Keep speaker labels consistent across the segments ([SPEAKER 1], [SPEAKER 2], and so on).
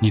[SPEAKER 1] 你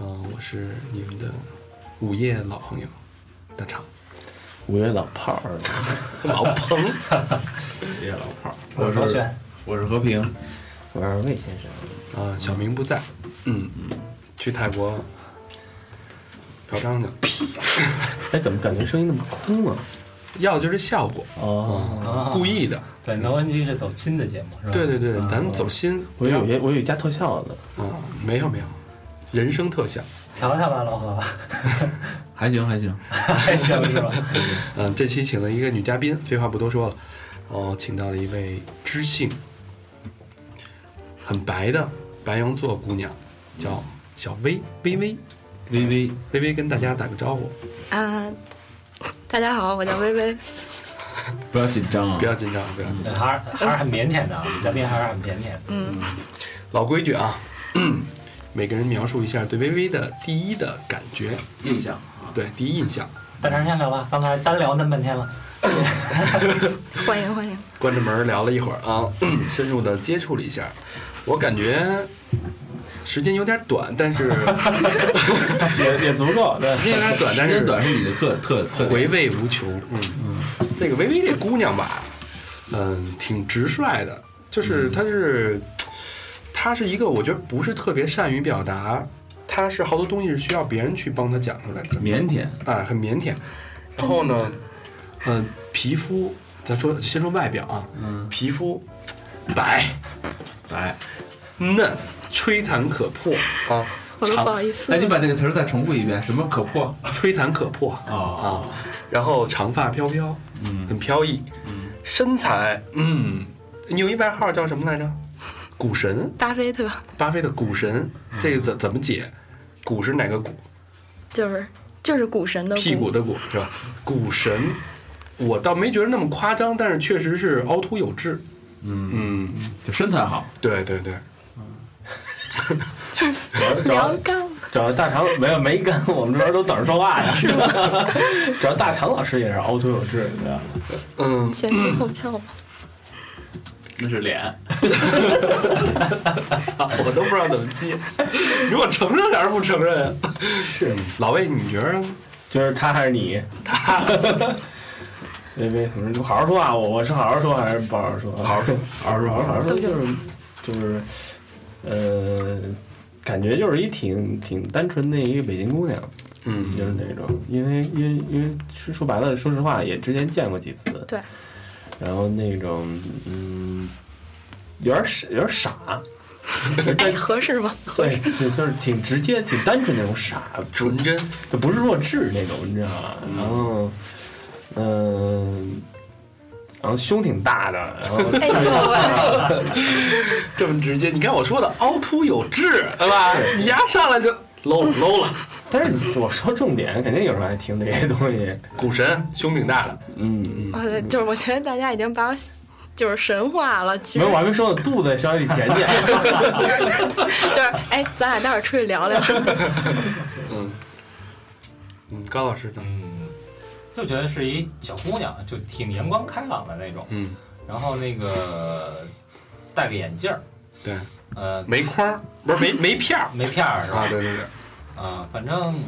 [SPEAKER 2] 嗯、我是你们的午夜老朋友大肠，
[SPEAKER 3] 五月老炮儿，
[SPEAKER 2] 老彭，
[SPEAKER 4] 别老炮儿，
[SPEAKER 5] 我是高轩，
[SPEAKER 4] 我是和平，
[SPEAKER 3] 我是魏先生。
[SPEAKER 2] 啊，小明不在，嗯，去泰国嫖娼去了，
[SPEAKER 3] 哎，怎么感觉声音那么空啊？
[SPEAKER 2] 要就是效果，
[SPEAKER 3] 哦，
[SPEAKER 2] 啊，故意的，
[SPEAKER 5] 对，No NG 是走亲的节目是吧？
[SPEAKER 2] 对对对，
[SPEAKER 5] 啊
[SPEAKER 2] 咱们走心
[SPEAKER 3] 我以为有些我以为加特效呢。
[SPEAKER 2] 啊，没有没有，人生特效，
[SPEAKER 5] 调调吧，老何，
[SPEAKER 4] 还行还行，
[SPEAKER 5] 还行是吧？
[SPEAKER 2] 嗯、这期请了一个女嘉宾，废话不多说了，哦，请到了一位知性、很白的白羊座姑娘，叫小薇薇薇。
[SPEAKER 4] 微微
[SPEAKER 2] 微微跟大家打个招呼，
[SPEAKER 6] 啊， 大家好，我叫 薇薇。
[SPEAKER 4] 不要紧张啊
[SPEAKER 2] 不，要紧张，不要紧张。
[SPEAKER 5] 对还是还是很腼腆的啊，女嘉宾还是很腼腆的。
[SPEAKER 6] 嗯，
[SPEAKER 2] 老规矩啊， 每个人描述一下对微微的第一的感觉，
[SPEAKER 4] 印象啊，
[SPEAKER 2] 对第一印象。
[SPEAKER 5] 大肠先聊吧，刚才单聊那么半天了。
[SPEAKER 6] 欢迎欢迎。
[SPEAKER 2] 关着门聊了一会儿啊， 深入的接触了一下，我感觉时间有点短，但是
[SPEAKER 3] 也也足够。对，
[SPEAKER 2] 时间有点短，但
[SPEAKER 4] 时间
[SPEAKER 2] 是
[SPEAKER 4] 短是你的特特特点，
[SPEAKER 2] 回味无穷。 嗯，这个微微这姑娘吧，嗯，挺直率的，就是她是，她是一个我觉得不是特别善于表达，她是好多东西是需要别人去帮她讲出来的，
[SPEAKER 4] 腼腆，
[SPEAKER 2] 哎，很腼腆。然后呢，嗯、皮肤，咱说先说外表啊，
[SPEAKER 4] 嗯，
[SPEAKER 2] 皮肤白
[SPEAKER 4] 来，
[SPEAKER 2] 嫩，吹弹可破啊，
[SPEAKER 6] 我都不好意思
[SPEAKER 4] 哎，你把这个词儿再重复一遍，什么可破？
[SPEAKER 2] 吹弹可破啊
[SPEAKER 4] 哦，，
[SPEAKER 2] 然后长发飘飘，
[SPEAKER 4] 嗯
[SPEAKER 2] 很飘逸，
[SPEAKER 4] 嗯，
[SPEAKER 2] 身材，嗯，你有一外号叫什么来 着？股神，
[SPEAKER 6] 巴菲特
[SPEAKER 2] 巴菲特股神，这个怎怎么解？股是哪个股？
[SPEAKER 6] 就是就是股神的
[SPEAKER 2] 屁股的股是吧？股神，我倒没觉得那么夸张，但是确实是凹凸有致。
[SPEAKER 4] 嗯，
[SPEAKER 2] 嗯，
[SPEAKER 4] 就身材好，
[SPEAKER 2] 对对对，
[SPEAKER 6] 聊干了
[SPEAKER 3] 主要大肠没有没跟我们这边都等着说话呢，是吧？ 主要大肠老师也是凹凸有致，对吧？
[SPEAKER 2] 嗯，
[SPEAKER 6] 前凸后翘吧。
[SPEAKER 4] 那是脸，
[SPEAKER 2] 我都不知道怎么接，你给我承认还是不承认啊？
[SPEAKER 3] 是，
[SPEAKER 2] 老魏，你觉得呢？
[SPEAKER 3] 就是 他还是你？ 他。没没什么，好好说啊！我我是好好说还是不好好说？好好说，好好说，好好说，就是就是，呃，感觉就是一挺挺单纯的一个北京姑娘。
[SPEAKER 2] 嗯
[SPEAKER 3] 就是那种，因为因为因为说说白了，说实话也之前见过几次，
[SPEAKER 6] 对，
[SPEAKER 3] 然后那种嗯，有点傻，有点 傻，
[SPEAKER 6] 哎，
[SPEAKER 3] 但
[SPEAKER 6] 合适 吗？
[SPEAKER 3] 对，就就是挺直接、挺单纯那种傻，不
[SPEAKER 2] 纯真，
[SPEAKER 3] 就不是弱智那种，你知道吗？然后嗯、然后胸挺大的，然后
[SPEAKER 6] 哎呦喂，
[SPEAKER 2] 这么直接，你看我说的凹凸有致，对吧？你丫上来就 low low 了，
[SPEAKER 3] 但是我说重点，肯定有人爱听这些东西，
[SPEAKER 2] 股神胸挺大的，
[SPEAKER 3] 嗯。
[SPEAKER 6] 我的呃就是我觉得大家已经把我就是神化了，其
[SPEAKER 3] 没
[SPEAKER 6] 实
[SPEAKER 2] 啊
[SPEAKER 3] 有，我还没说呢，肚子稍微得减减。
[SPEAKER 6] 就是哎，咱俩待会儿出去 聊聊。
[SPEAKER 2] 嗯，嗯，高老师呢？
[SPEAKER 5] 嗯，就觉得是一小姑娘，就挺阳光开朗的那种。
[SPEAKER 2] 嗯，
[SPEAKER 5] 然后那个戴个眼镜儿，
[SPEAKER 2] 对，
[SPEAKER 5] 呃，
[SPEAKER 2] 没框儿，不是没没片儿
[SPEAKER 5] 没片儿是吧
[SPEAKER 2] 啊，？对对对，
[SPEAKER 5] 啊，反正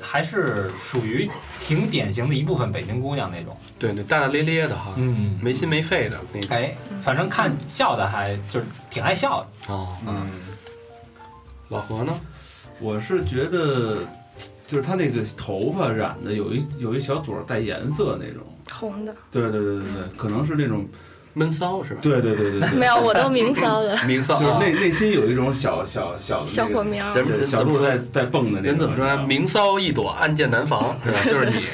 [SPEAKER 5] 还是属于挺典型的一部分北京姑娘那种。
[SPEAKER 2] 对对，大大咧咧的哈，
[SPEAKER 5] 嗯
[SPEAKER 2] 没心没肺的那种。
[SPEAKER 5] 哎，反正看笑的还就是挺爱笑的。
[SPEAKER 2] 哦，
[SPEAKER 4] 嗯。
[SPEAKER 2] 老何呢？
[SPEAKER 4] 我是觉得，就是他那个头发染的有一有一小撮儿带颜色那种，
[SPEAKER 6] 红的
[SPEAKER 4] 对对对对对，可能是那种，
[SPEAKER 2] 闷骚是吧？，
[SPEAKER 4] 对对对对对，
[SPEAKER 6] 没有，我都明骚 的
[SPEAKER 2] 明骚
[SPEAKER 4] 呃
[SPEAKER 2] 啊
[SPEAKER 4] 就是内内心有一种小小小
[SPEAKER 6] 哦
[SPEAKER 4] 的那
[SPEAKER 6] 小
[SPEAKER 4] 个
[SPEAKER 6] 火苗。
[SPEAKER 2] 人
[SPEAKER 4] 对
[SPEAKER 2] 人
[SPEAKER 4] 小
[SPEAKER 2] 怎么
[SPEAKER 4] 鹿
[SPEAKER 2] 说
[SPEAKER 4] 在？在蹦的那种
[SPEAKER 2] 人怎么说呢？
[SPEAKER 4] 你知道吗
[SPEAKER 2] 明骚易躲，暗箭难 防，是吧？就是你。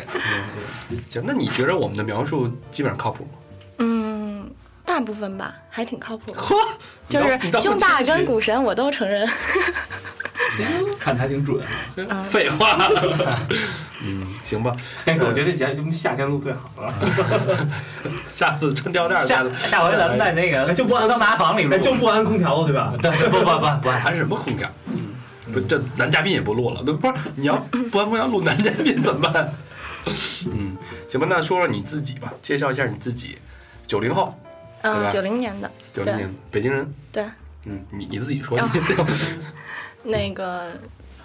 [SPEAKER 2] 行，那你觉得我们的描述基本上靠谱吗？
[SPEAKER 6] 嗯，大部分吧，还挺靠谱的。
[SPEAKER 2] 呵，
[SPEAKER 6] 就是
[SPEAKER 2] 你倒
[SPEAKER 6] 胸大
[SPEAKER 2] 你倒不谦虚
[SPEAKER 6] 跟股神我都承认。
[SPEAKER 4] 看的还挺准啊。
[SPEAKER 2] 废话， 嗯，行吧，
[SPEAKER 3] 哎，我
[SPEAKER 4] 呃
[SPEAKER 3] 觉得这节目夏天录最好 了，
[SPEAKER 2] 下次穿吊带儿
[SPEAKER 5] 下
[SPEAKER 2] 咱们
[SPEAKER 5] 下回咱们在那个
[SPEAKER 7] 就不按
[SPEAKER 5] 桑拿房里
[SPEAKER 3] 哎
[SPEAKER 4] 哎
[SPEAKER 5] 录，
[SPEAKER 7] 就不安空调了，对 吧？
[SPEAKER 5] 对不不不 不，
[SPEAKER 2] 谈什么空调？不，这男嘉宾也不录了，对不是？你要不然不要录男嘉宾怎么办？嗯，行吧，那说说你自己吧，介绍一下你自己。九零后，对
[SPEAKER 6] 嗯，
[SPEAKER 2] 吧
[SPEAKER 6] 九零年的，
[SPEAKER 2] 九零年，北京人。
[SPEAKER 6] 对，
[SPEAKER 2] 嗯，你你自己说，
[SPEAKER 6] 哦
[SPEAKER 2] 你
[SPEAKER 6] 那个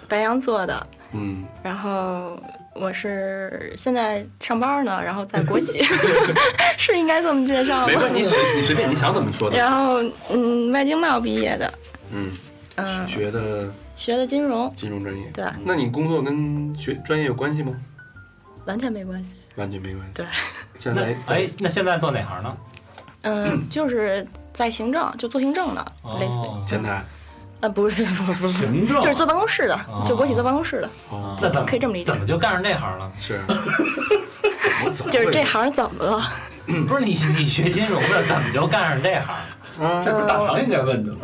[SPEAKER 6] 白羊座的，
[SPEAKER 2] 嗯，
[SPEAKER 6] 然后我是现在上班呢，然后在国企， 是应该这么介绍
[SPEAKER 2] 没
[SPEAKER 6] 吗？
[SPEAKER 2] 问题，你随你随便你想怎么说的，
[SPEAKER 6] 然后嗯，外经贸毕业的，
[SPEAKER 2] 嗯，
[SPEAKER 6] 嗯，
[SPEAKER 2] 学的
[SPEAKER 6] 学的金融，
[SPEAKER 2] 金融专业。
[SPEAKER 6] 对，
[SPEAKER 2] 那你工作跟学专业有关系吗？
[SPEAKER 6] 完全没关系。
[SPEAKER 2] 完全没关系。
[SPEAKER 6] 对，
[SPEAKER 2] 现
[SPEAKER 5] 那
[SPEAKER 2] 在
[SPEAKER 5] 哎，那现在做哪行呢？
[SPEAKER 6] 嗯，就是在行政，就做行政的，类似于，
[SPEAKER 5] 哦，
[SPEAKER 2] 前台
[SPEAKER 6] 呃，不是不是不是，
[SPEAKER 4] 行政
[SPEAKER 6] 就是坐办公室的，就国企坐办公室的，
[SPEAKER 2] 哦
[SPEAKER 5] 那怎么
[SPEAKER 6] 可以这么理解
[SPEAKER 5] 怎。么就干上这行了？
[SPEAKER 2] 是，怎么怎么
[SPEAKER 6] 就是
[SPEAKER 2] 会
[SPEAKER 6] 这行怎么了？
[SPEAKER 5] 不是你你学金融的，怎么就干上这行？
[SPEAKER 2] 啊，
[SPEAKER 4] 这不是大肠应该问的 吗？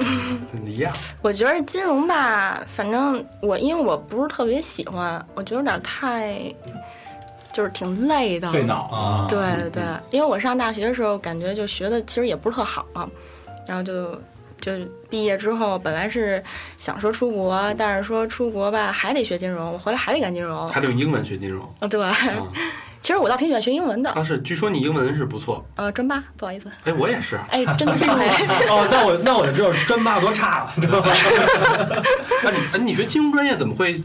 [SPEAKER 2] 一样。
[SPEAKER 6] 我觉得金融吧，反正我因为我不是特别喜欢，我觉得有点太，就是挺累的。
[SPEAKER 4] 费脑啊，
[SPEAKER 6] 对对对，因为我上大学的时候感觉就学的其实也不是特好嘛，然后就就毕业之后本来是想说出国，但是说出国吧还得学金融，我回来还得干金融。
[SPEAKER 2] 他就用英文学金融。
[SPEAKER 6] 啊，对，
[SPEAKER 4] 嗯
[SPEAKER 2] 啊，
[SPEAKER 6] 其实我倒挺喜欢学英文的，
[SPEAKER 2] 但是据说你英文是不错。
[SPEAKER 6] 呃，专八，不 好意思，
[SPEAKER 2] 哎，我也 是。
[SPEAKER 6] 哎，真欠哎，
[SPEAKER 7] 哦，那我那我就知道专八多差了，知道吧？
[SPEAKER 2] 那你哎你学金融专业怎么会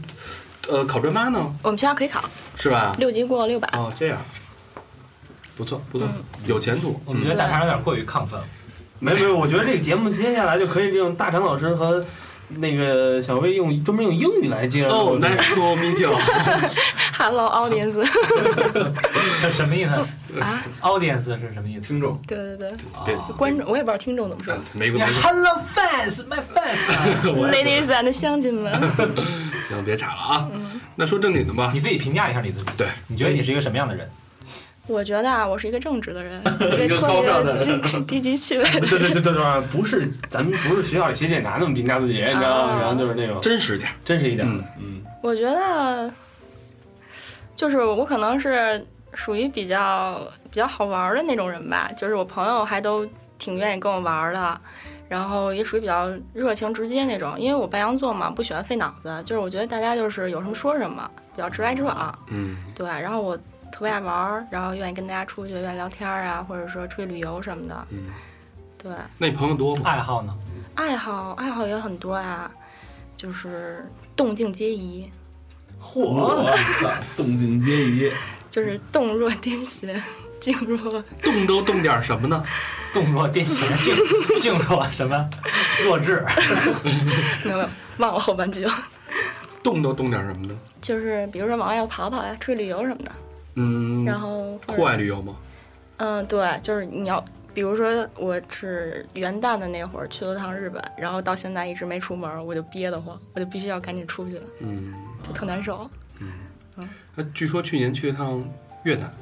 [SPEAKER 2] 呃考专八呢？
[SPEAKER 6] 我们学校可以考
[SPEAKER 2] 是吧？
[SPEAKER 6] 六级过六百，
[SPEAKER 2] 哦，这样，不错不错
[SPEAKER 6] 嗯，
[SPEAKER 2] 有前途。
[SPEAKER 5] 我们觉
[SPEAKER 2] 嗯
[SPEAKER 5] 得大肠有点过于亢奋了。
[SPEAKER 3] 没没，我觉得这个节目接下来就可以用大长老师和那个小薇用专门用英语来介绍。
[SPEAKER 2] 哦，nice to meet you。
[SPEAKER 6] Hello audience
[SPEAKER 5] 什什么意思
[SPEAKER 6] 啊，
[SPEAKER 5] ？Audience 是什么意思？
[SPEAKER 4] 听众，
[SPEAKER 6] 对对对，
[SPEAKER 2] 别
[SPEAKER 5] 啊
[SPEAKER 6] 哦观众我也不知道听众怎么说
[SPEAKER 2] 呃没没
[SPEAKER 5] Hello fans, my fans。
[SPEAKER 6] ，Ladies and 乡亲们，
[SPEAKER 2] 行，别岔了啊。那说正经的吧
[SPEAKER 5] 你。自己评价一下你自己，
[SPEAKER 2] 对，
[SPEAKER 5] 你觉得你是一个什么样的人？
[SPEAKER 6] 我觉得啊，我是一个正直的人，一
[SPEAKER 4] 一
[SPEAKER 6] 个
[SPEAKER 4] 个
[SPEAKER 6] 特
[SPEAKER 4] 高尚的
[SPEAKER 6] 别
[SPEAKER 4] 人
[SPEAKER 6] 低低低级趣味的人
[SPEAKER 3] 对对对对对，不是咱们不是学校里写检查那么评价自己，你知道吗？
[SPEAKER 6] 啊
[SPEAKER 3] 然后就是那种
[SPEAKER 2] 真实点，
[SPEAKER 3] 真是一点，
[SPEAKER 2] 嗯
[SPEAKER 4] 嗯，
[SPEAKER 6] 我觉得，就是我可能是属于比较比较好玩儿的那种人吧，就是我朋友还都挺愿意跟我玩儿的，然后也属于比较热情直接那种。因为我白羊座嘛，不喜欢费脑子，就是我觉得大家就是有什么说什么，比较直来直往。
[SPEAKER 2] 嗯，
[SPEAKER 6] 对，啊然后我特别爱玩儿，然后愿意跟大家出去，愿意聊天儿啊，或者说出去旅游什么的。
[SPEAKER 2] 嗯，
[SPEAKER 6] 对，
[SPEAKER 2] 那你朋友多吗？
[SPEAKER 5] 爱好呢？
[SPEAKER 6] 爱好爱好也有很多啊，就是动静皆宜，
[SPEAKER 4] 嚯，操，动静皆宜，
[SPEAKER 6] 就是动若癫痫，静若。
[SPEAKER 2] 动都动点什么呢？
[SPEAKER 5] 动若癫痫，静静若什么？弱智。
[SPEAKER 6] 没有，没有，忘了后半句了。
[SPEAKER 2] 动都动点什么呢？
[SPEAKER 6] 就是比如说往外跑跑呀，出去旅游什么的，
[SPEAKER 2] 嗯，
[SPEAKER 6] 然后或者
[SPEAKER 2] 户外旅游吗？
[SPEAKER 6] 嗯，对，就是你要，比如说我是元旦的那会儿去了趟日本，然后到现在一直没出门，我就憋得慌，我就必须要赶紧出去了，
[SPEAKER 2] 嗯，
[SPEAKER 6] 就特难受。
[SPEAKER 2] 那据说去年去一趟越南，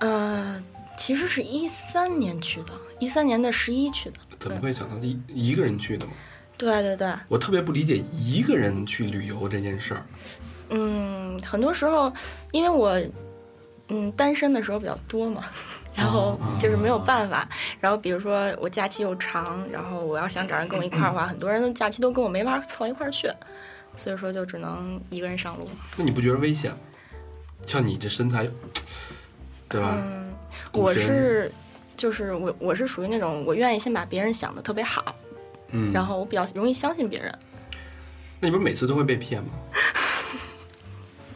[SPEAKER 6] 呃，其实是一三年去的，一三年的十一去的。
[SPEAKER 2] 怎么会想到一一个人去的吗？
[SPEAKER 6] 对对对，
[SPEAKER 2] 我特别不理解一个人去旅游这件事儿。
[SPEAKER 6] 嗯，很多时候因为我嗯单身的时候比较多嘛，然后
[SPEAKER 4] 啊
[SPEAKER 6] 就是没有办法。然后比如说我假期又长，然后我要想找人跟我一块儿的
[SPEAKER 4] 嗯
[SPEAKER 6] 话，很多人的假期都跟我没法凑一块儿去，所以说就只能一个人上路。
[SPEAKER 2] 那你不觉得危险吗？像你这身材，对
[SPEAKER 4] 啊
[SPEAKER 2] 吧？
[SPEAKER 6] 嗯，
[SPEAKER 2] 孤
[SPEAKER 6] 我
[SPEAKER 2] 身
[SPEAKER 6] 是就是我我是属于那种我愿意先把别人想的特别好，
[SPEAKER 2] 嗯
[SPEAKER 6] 然后我比较容易相信别人。
[SPEAKER 2] 那你不是每次都会被骗吗？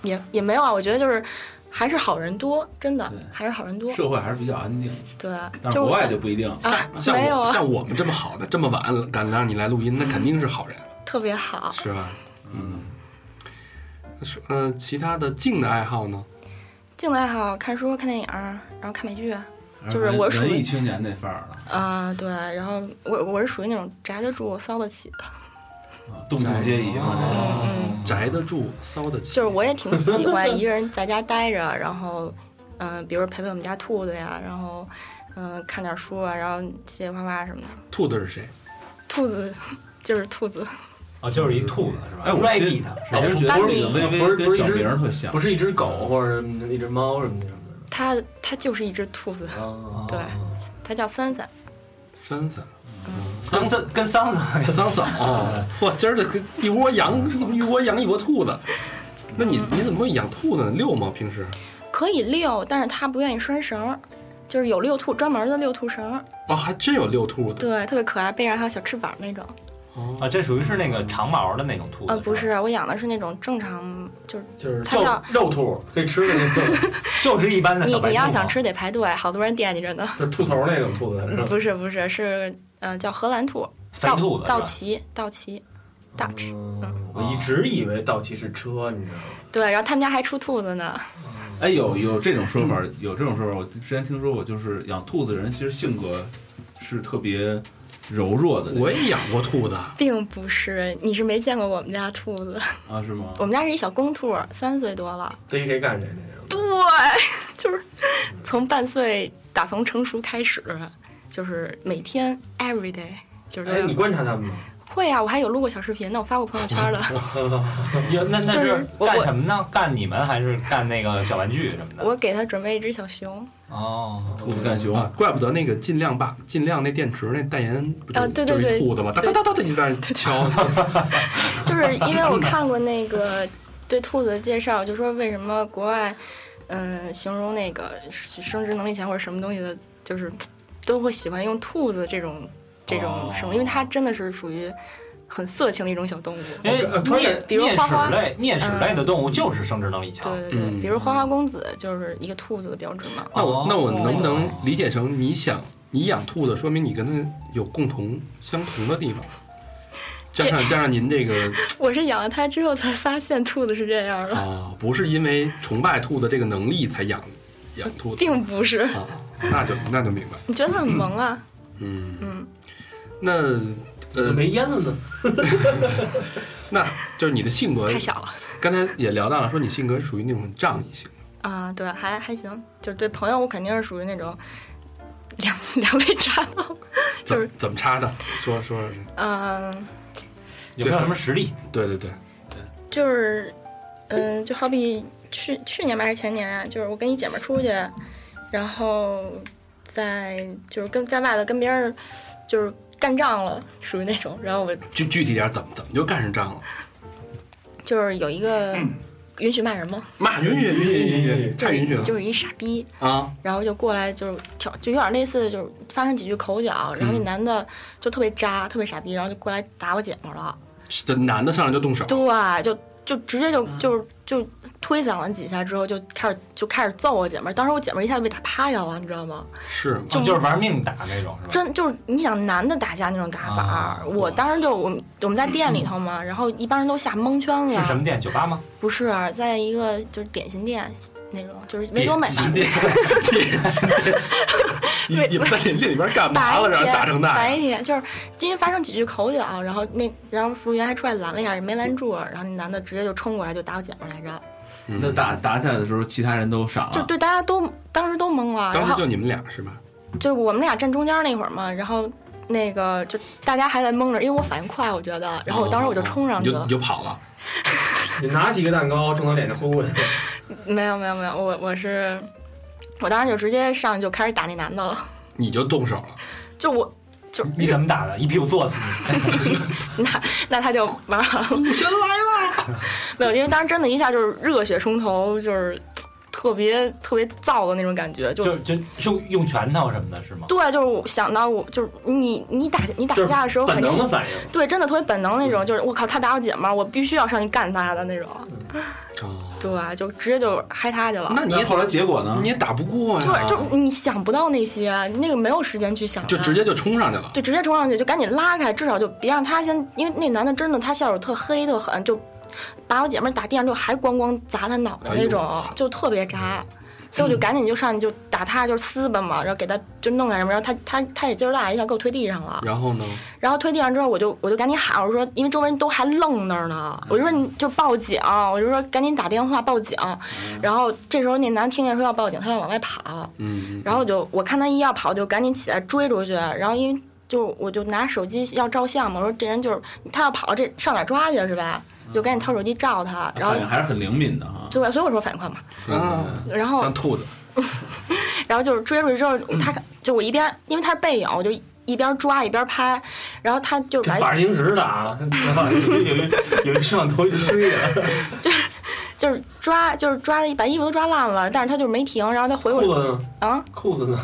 [SPEAKER 6] 也也没有啊，我觉得就是还是好人多，真的
[SPEAKER 4] 对
[SPEAKER 6] 还是好人多。
[SPEAKER 4] 社会还是比较安静，
[SPEAKER 6] 对，
[SPEAKER 4] 但是
[SPEAKER 6] 就
[SPEAKER 4] 国
[SPEAKER 6] 是
[SPEAKER 4] 外
[SPEAKER 6] 想
[SPEAKER 4] 就不一定了。
[SPEAKER 6] 啊，
[SPEAKER 2] 像
[SPEAKER 6] 没有
[SPEAKER 2] 我
[SPEAKER 6] 啊，
[SPEAKER 2] 像我们这么好的，这么晚了敢让你来录音，那肯定是好人，
[SPEAKER 6] 特别好。
[SPEAKER 2] 是吧？嗯。那说呃，其他的静的爱好呢？
[SPEAKER 6] 静的爱好，看书、看电影，然后看美剧，啊、
[SPEAKER 4] 还
[SPEAKER 6] 就是我
[SPEAKER 4] 文
[SPEAKER 6] 属于
[SPEAKER 4] 文艺青年那范儿了，
[SPEAKER 6] 啊对，然后我我是属于那种宅得住、骚得起的，
[SPEAKER 4] 啊动静皆宜嘛。这个
[SPEAKER 6] 嗯，
[SPEAKER 2] 宅得住，骚得起。
[SPEAKER 6] 就是我也挺喜欢一个人在家待着，然后，嗯、比如陪陪我们家兔子呀，然后，嗯、看点书啊，然后写写画画什么的。
[SPEAKER 2] 兔子是谁？
[SPEAKER 6] 兔子就是兔子，
[SPEAKER 5] 哦，就是一兔子是吧？
[SPEAKER 4] 哎我其实
[SPEAKER 5] rabbit
[SPEAKER 4] 我就是觉得
[SPEAKER 6] 哦不
[SPEAKER 4] 这
[SPEAKER 6] 是
[SPEAKER 4] 个微
[SPEAKER 3] 不是
[SPEAKER 4] 微
[SPEAKER 3] 不
[SPEAKER 4] 跟
[SPEAKER 3] 是
[SPEAKER 4] 小
[SPEAKER 3] 一只
[SPEAKER 4] 明儿特像，
[SPEAKER 3] 不是一只狗或者一只猫什么的什么
[SPEAKER 6] 它它就是一只兔子，
[SPEAKER 3] 的。啊，
[SPEAKER 6] 对它叫三三。
[SPEAKER 2] 三三
[SPEAKER 5] 跟桑跟桑桑一样
[SPEAKER 2] 桑桑啊，哇，今儿这个一窝羊，一窝羊，一窝兔子。那你你怎么会养兔子呢？遛吗？平时？
[SPEAKER 6] 可以遛，但是它不愿意拴绳儿，就是有遛兔专门的遛兔绳儿，
[SPEAKER 2] 哦，还真有遛兔哦的。
[SPEAKER 6] 对，特别可爱，背上还有小翅膀那种。
[SPEAKER 5] 啊，这属于是那个长毛的那种兔子。
[SPEAKER 6] 呃，不
[SPEAKER 5] 吧，
[SPEAKER 6] 是，我养的是那种正常，就是
[SPEAKER 3] 就是
[SPEAKER 6] 它叫
[SPEAKER 3] 肉肉兔，可以吃的那个，
[SPEAKER 5] 就是一般的
[SPEAKER 6] 你
[SPEAKER 5] 小白兔。
[SPEAKER 6] 你要想，吃得排队，好多人惦记着呢。
[SPEAKER 3] 就是兔头那种兔子是吧？
[SPEAKER 6] 不是不是，是呃叫荷兰兔，
[SPEAKER 5] 肥嗯
[SPEAKER 6] 道
[SPEAKER 5] 兔子是吧
[SPEAKER 6] 道奇道奇，Dutch。
[SPEAKER 3] 嗯我一直以为道奇是车，你知道吗？
[SPEAKER 6] 对，然后他们家还出兔子呢。
[SPEAKER 4] 哎，有有这种说法，
[SPEAKER 6] 嗯
[SPEAKER 4] 有这种说法，我之前听说过，就是养兔子的人其实性格是特别柔弱的那种
[SPEAKER 2] 我也养过兔子，
[SPEAKER 6] 并不是，你是没见过我们家兔子，
[SPEAKER 4] 啊，是吗？
[SPEAKER 6] 我们家是一小公兔，三岁多了。
[SPEAKER 3] 逮谁干谁那种。
[SPEAKER 6] 对， 就是从半岁打从成熟开始，就是每天 every day，就是、
[SPEAKER 3] 哎，你观察他们吗？
[SPEAKER 6] 会啊，我还有录过小视频呢，我发过朋友圈 的。
[SPEAKER 5] 有那那
[SPEAKER 6] 就是
[SPEAKER 5] 是
[SPEAKER 6] 我
[SPEAKER 5] 干
[SPEAKER 6] 我
[SPEAKER 5] 什么呢？干你们还是干那个小玩具什么的？
[SPEAKER 6] 我给他准备一只小熊，
[SPEAKER 5] 哦，
[SPEAKER 4] 兔子干熊，
[SPEAKER 2] 啊，怪不得那个尽量把尽量那电池那代言不就
[SPEAKER 6] 啊对对
[SPEAKER 2] 就是一
[SPEAKER 6] 对
[SPEAKER 2] 兔子嘛，哒哒哒哒哒就在那敲，
[SPEAKER 6] 就是因为我看过那个对兔子的介绍，就说为什么国外，嗯、形容那个生殖能力强或者什么东西的，就是都会喜欢用兔子这种这种生物，因为它真的是属于很色情的一种小动物。
[SPEAKER 5] 因为
[SPEAKER 3] 呃突然
[SPEAKER 5] 啮
[SPEAKER 6] 比如
[SPEAKER 5] 啮
[SPEAKER 6] 花花嗯
[SPEAKER 5] 齿类啮齿类的动物就是生殖能力强。
[SPEAKER 6] 对对对，
[SPEAKER 2] 嗯
[SPEAKER 6] 比如花花公子就是一个兔子的标志嘛。
[SPEAKER 2] 那我那我能不能
[SPEAKER 5] 哦
[SPEAKER 2] 理解成你想你养兔子，说明你跟它有共同相同的地方，加上加上您这 个
[SPEAKER 6] 我是养了它之后才发现兔子是这样的，
[SPEAKER 2] 啊，不是因为崇拜兔子这个能力才养养兔子
[SPEAKER 6] 并不是。
[SPEAKER 2] 啊，那就那就明白，
[SPEAKER 6] 你觉得它很萌啊？
[SPEAKER 2] 嗯，
[SPEAKER 6] 嗯，
[SPEAKER 2] 那呃，
[SPEAKER 3] 没烟了呢。
[SPEAKER 2] 那就是你的性格
[SPEAKER 6] 太，小了
[SPEAKER 2] 刚才也聊到了，说你性格属于那种很仗义性格，
[SPEAKER 6] 啊、对，还还行，就是对朋友，我肯定是属于那种两两肋插刀。
[SPEAKER 2] 怎
[SPEAKER 6] 就是
[SPEAKER 2] 么怎么插的？说说，
[SPEAKER 6] 嗯、
[SPEAKER 5] 有没有什么实力？
[SPEAKER 2] 对对对，
[SPEAKER 6] 就是嗯、就好比去去年吧还是前年啊，就是我跟一姐们儿出去，然后在就是跟在外头跟别人就是干仗了，属于那种。然后我
[SPEAKER 2] 具具体点，怎么怎么就干上仗了？
[SPEAKER 6] 就是有一个允许骂人吗？
[SPEAKER 2] 骂允许允许允许，嗯太允许了
[SPEAKER 6] 就是一傻逼，
[SPEAKER 2] 啊！
[SPEAKER 6] 然后就过来就是挑，就有点类似就是发生几句口角，
[SPEAKER 2] 嗯
[SPEAKER 6] 然后那男的就特别渣，特别傻逼，然后就过来打我姐们儿了，
[SPEAKER 2] 这男的上来就动手，
[SPEAKER 6] 对，就。就直接
[SPEAKER 2] 嗯
[SPEAKER 6] 就就就推搡了几下之后，就开始就开始揍我姐们儿。当时我姐们儿一下就被打趴下了，你知道吗？
[SPEAKER 2] 是吗
[SPEAKER 5] 就啊就是玩命打那种是吧？
[SPEAKER 6] 真就是你想男的打架那种打法儿，
[SPEAKER 5] 啊
[SPEAKER 6] 我当时就我们我们在店里头嘛，然后一般人都吓蒙圈了。
[SPEAKER 5] 是什么店？酒吧吗？
[SPEAKER 6] 不是，啊在一个就是点心店那种，就是维多美
[SPEAKER 2] 点心店，点心 店，你你们在点心里边干嘛
[SPEAKER 6] 白
[SPEAKER 2] 了？
[SPEAKER 6] 天
[SPEAKER 2] 让人打成那
[SPEAKER 6] 白
[SPEAKER 2] 样？
[SPEAKER 6] 天就是因为发生几句口角，然后那然后服务员还出来拦了一下，也没拦住，然后那男的直接就冲过来就打我姐们儿来着，
[SPEAKER 4] 那打打起来的时候，其他人都傻
[SPEAKER 6] 就
[SPEAKER 4] 了，
[SPEAKER 6] 对大家都当时都懵了，啊然
[SPEAKER 2] 当时
[SPEAKER 6] 后
[SPEAKER 2] 就你们俩是吧？
[SPEAKER 6] 就我们俩站中间那会儿嘛，然后那个就大家还在懵着，因为我反应快，我觉得，然后我当时我就冲上
[SPEAKER 2] 哦
[SPEAKER 6] 去
[SPEAKER 2] 你就
[SPEAKER 6] 了
[SPEAKER 2] 你，就跑了。
[SPEAKER 3] 你拿起一个蛋糕冲他脸就呼过去，
[SPEAKER 6] 没有没有没有，我我是我当时就直接上去就开始打那男的了，
[SPEAKER 2] 你就动手了，
[SPEAKER 6] 就我
[SPEAKER 5] 你怎么打的？一屁股坐死你！
[SPEAKER 6] 那那他就玩完了。
[SPEAKER 2] 武神来了！
[SPEAKER 6] 没有，因为当时真的一下就是热血冲头，就是特别特别燥的那种感觉，就
[SPEAKER 5] 就就就用拳头什么的，是吗？
[SPEAKER 6] 对，啊就是我想到我就是你你打你打
[SPEAKER 3] 就是
[SPEAKER 6] 架的时候
[SPEAKER 3] 本
[SPEAKER 6] 肯
[SPEAKER 3] 能
[SPEAKER 6] 定
[SPEAKER 3] 的反应。
[SPEAKER 6] 对，真的特别本能那种，就是我靠他打我姐们儿，我必须要上去干他的那种，
[SPEAKER 2] 哦，
[SPEAKER 6] 对，就直接就嗨他去了。
[SPEAKER 2] 那你
[SPEAKER 4] 那啊
[SPEAKER 2] 也
[SPEAKER 4] 后来结果呢
[SPEAKER 2] 你？也打不过
[SPEAKER 6] 就
[SPEAKER 2] 呀
[SPEAKER 6] 是，就你想不到那些，那个没有时间去想，
[SPEAKER 2] 就直。接就冲上去了。
[SPEAKER 6] 对，直接冲上去就赶紧拉开，至少就别让他先，因为那男的真的他下手特黑特狠，就把我姐们儿打地上之后还咣咣砸她脑袋
[SPEAKER 2] 哎呦
[SPEAKER 6] 那种，
[SPEAKER 2] 我操嗯
[SPEAKER 6] 就特别渣。所以我就赶紧就上去就打他，就撕吧嘛，然后给他就弄点什么，然后他他他也劲儿大，一下给我推地上了。
[SPEAKER 2] 然后 呢？
[SPEAKER 6] 然后推地上之后，我就我就赶紧喊，我说，因为周围人都还愣那儿呢，我就说你就报警，我就说赶紧打电话报警。然后这时候那男听见说要报警，他要往外跑，
[SPEAKER 2] 嗯，
[SPEAKER 6] 然后我就我看他一要跑，就赶紧起来追出去。然后因为就我就拿手机要照相嘛，我说这人就是他要跑这上哪儿抓去是吧？就赶紧掏手机照他，然后
[SPEAKER 4] 反应还是很灵敏的哈。
[SPEAKER 6] 对吧？所以我说反应快嘛。
[SPEAKER 2] 啊，
[SPEAKER 6] 然后
[SPEAKER 2] 像兔子，
[SPEAKER 6] 然后就是追出去之后，他就我一边因为他是背影，我就一边抓一边拍，然后他就
[SPEAKER 3] 这
[SPEAKER 6] 把
[SPEAKER 3] 法制进行时的 啊，有一有一有一摄像头一直追着，
[SPEAKER 5] 啊
[SPEAKER 6] 就是抓就是抓把衣服都抓烂了，但是他就是没停，然后他回
[SPEAKER 3] 裤
[SPEAKER 6] 我
[SPEAKER 3] 子呢？
[SPEAKER 6] 啊，
[SPEAKER 3] 裤子呢？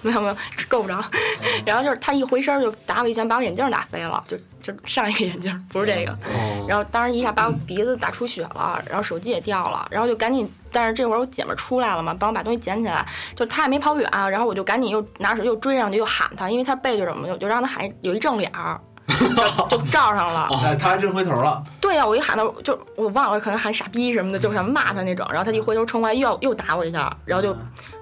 [SPEAKER 6] 没有没有够不着，然后就是他一回身就打我一拳，把我眼镜打飞了，就就上一个眼镜不是这个，
[SPEAKER 2] 哦，
[SPEAKER 6] 然后当时一下把我鼻子打出血了，然后手机也掉了，然后就赶紧，但是这会儿我姐们儿出来了嘛，帮我把东西捡起来，就她也没跑远，啊然后我就赶紧又拿手又追上去又喊她，因为她背对着我们，我就让她喊有一正脸儿，就照上了。
[SPEAKER 4] 哎，他还真回头了，
[SPEAKER 6] 对呀、我一喊他，就我忘了，可能喊傻逼什么的，就想骂他那种。然后他一回头冲过来，又要又打我一下，然后就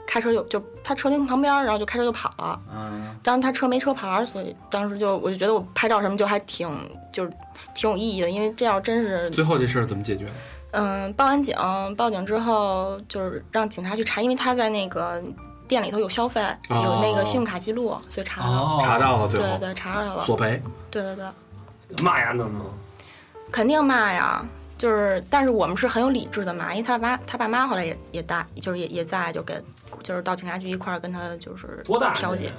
[SPEAKER 6] 开车就就他车停旁边，然后就开车就跑了。
[SPEAKER 4] 嗯，
[SPEAKER 6] 当时他车没车牌儿，所以当时就我就觉得我拍照什么就还挺就是挺有意义的，因为这要真是
[SPEAKER 2] 最后这事儿怎么解决？
[SPEAKER 6] 嗯报完警，报警之后就是让警察去查，因为他在那个店里头有消费，
[SPEAKER 2] 哦
[SPEAKER 6] 有那个信用卡记录，所以查了。
[SPEAKER 5] 哦，
[SPEAKER 2] 查到了，
[SPEAKER 6] 对
[SPEAKER 2] 最后
[SPEAKER 6] 对，查着他了。
[SPEAKER 2] 索赔，
[SPEAKER 6] 对对对。
[SPEAKER 3] 骂呀，那么
[SPEAKER 6] 肯定骂呀，就是，但是我们是很有理智的骂，因为他爸他爸妈后来也也带，就是也也在，就跟就是到警察局一块儿跟他就是
[SPEAKER 3] 多大？
[SPEAKER 6] 调解，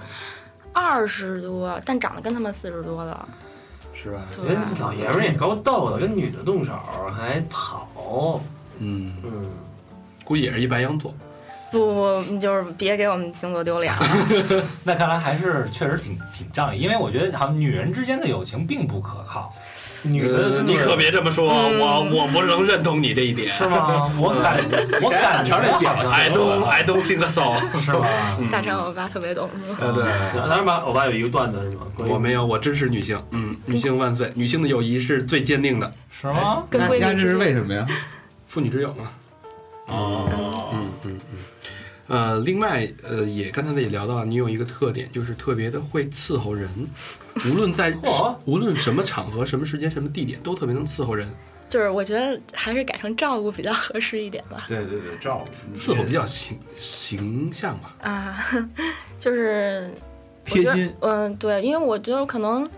[SPEAKER 6] 二十多，但长得跟他们四十多的，
[SPEAKER 2] 是吧？
[SPEAKER 6] 对
[SPEAKER 3] 人
[SPEAKER 6] 吧？
[SPEAKER 3] 老爷们儿也够逗的，跟女的动手还跑，
[SPEAKER 2] 嗯，
[SPEAKER 3] 嗯，
[SPEAKER 2] 估计也是一白羊座，
[SPEAKER 6] 不不，不，你就是别给我们星座丢脸了。
[SPEAKER 5] 那看来还是确实挺挺仗义，因为我觉得好像女人之间的友情并不可靠，
[SPEAKER 3] 嗯女的
[SPEAKER 2] 呃你可别这么说，
[SPEAKER 6] 嗯
[SPEAKER 2] 我我不能认同你这一点。
[SPEAKER 5] 是吗？ 我感我感觉这表情
[SPEAKER 2] I don't I don't think so。 嗯
[SPEAKER 5] 是吧？
[SPEAKER 4] 嗯
[SPEAKER 6] 大山欧巴特别懂，是吧？
[SPEAKER 2] 呃，对，
[SPEAKER 3] 哎当然吧，欧巴有一个段子是吗？关于
[SPEAKER 2] 我没有，我支持女性，嗯，女性万岁，女性的友谊是最坚定的，
[SPEAKER 5] 是 吗？
[SPEAKER 6] 跟闺
[SPEAKER 4] 那
[SPEAKER 6] 蜜
[SPEAKER 4] 这
[SPEAKER 6] 之
[SPEAKER 4] 是
[SPEAKER 6] 间
[SPEAKER 4] 为什么呀？
[SPEAKER 2] 妇女之友嘛。
[SPEAKER 4] 哦，
[SPEAKER 2] 嗯嗯嗯。呃，另外，呃，也刚才也聊到，你有一个特点，就是特别的会伺候人，无论在
[SPEAKER 3] 嚯
[SPEAKER 2] 无论什么场合、什么时间、什么地点，都特别能伺候人，
[SPEAKER 6] 就是我觉得还是改成照顾比较合适一点吧。
[SPEAKER 4] 对对对，照顾
[SPEAKER 2] 伺候比较形形象吧。
[SPEAKER 6] 啊， 就是
[SPEAKER 4] 贴心，
[SPEAKER 6] 嗯，对，因为我觉得我可能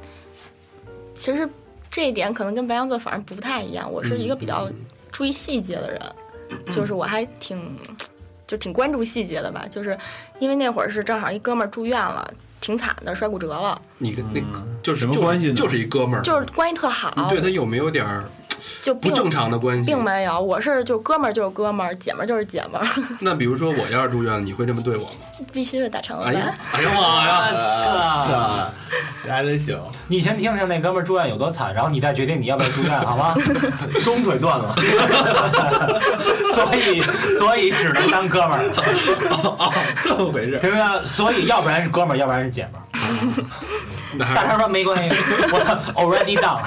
[SPEAKER 6] 其实这一点可能跟白羊座反而不太一样，我是一个比
[SPEAKER 2] 嗯
[SPEAKER 6] 较注意细节的人，就是我还挺就挺关注细节的吧，就是因为那会儿是正好一哥们儿住院了。挺惨的，摔骨折了，
[SPEAKER 2] 你跟那
[SPEAKER 4] 嗯
[SPEAKER 2] 就是
[SPEAKER 4] 什么
[SPEAKER 2] 就是
[SPEAKER 4] 关系呢
[SPEAKER 2] 就是一哥们儿，
[SPEAKER 6] 就是关系特
[SPEAKER 2] 你
[SPEAKER 6] 好，
[SPEAKER 2] 嗯对他有没有点儿
[SPEAKER 6] 就
[SPEAKER 2] 不
[SPEAKER 6] 并
[SPEAKER 2] 正常的关系？
[SPEAKER 6] 并没有，我是就哥们儿就是哥们儿，姐们儿就是姐们儿，
[SPEAKER 2] 那比如说我要是住院，你会这么对我吗？
[SPEAKER 6] 必须得打长
[SPEAKER 2] 哎
[SPEAKER 6] 文。
[SPEAKER 2] 呀，
[SPEAKER 4] 哎呦妈
[SPEAKER 5] 啊！
[SPEAKER 4] 呀，这还真行，
[SPEAKER 5] 你先听听那哥们儿住院有多惨，然后你再决定你要不要住院，好吗？
[SPEAKER 3] 中腿断了，
[SPEAKER 5] 所以所以只能当哥们儿，
[SPEAKER 2] 哦这么回事？
[SPEAKER 5] 明白吗？所以要不然是哥们儿，要不然是姐们儿。
[SPEAKER 2] 那还
[SPEAKER 5] 大
[SPEAKER 2] 是
[SPEAKER 5] 山说没关系，我 already done。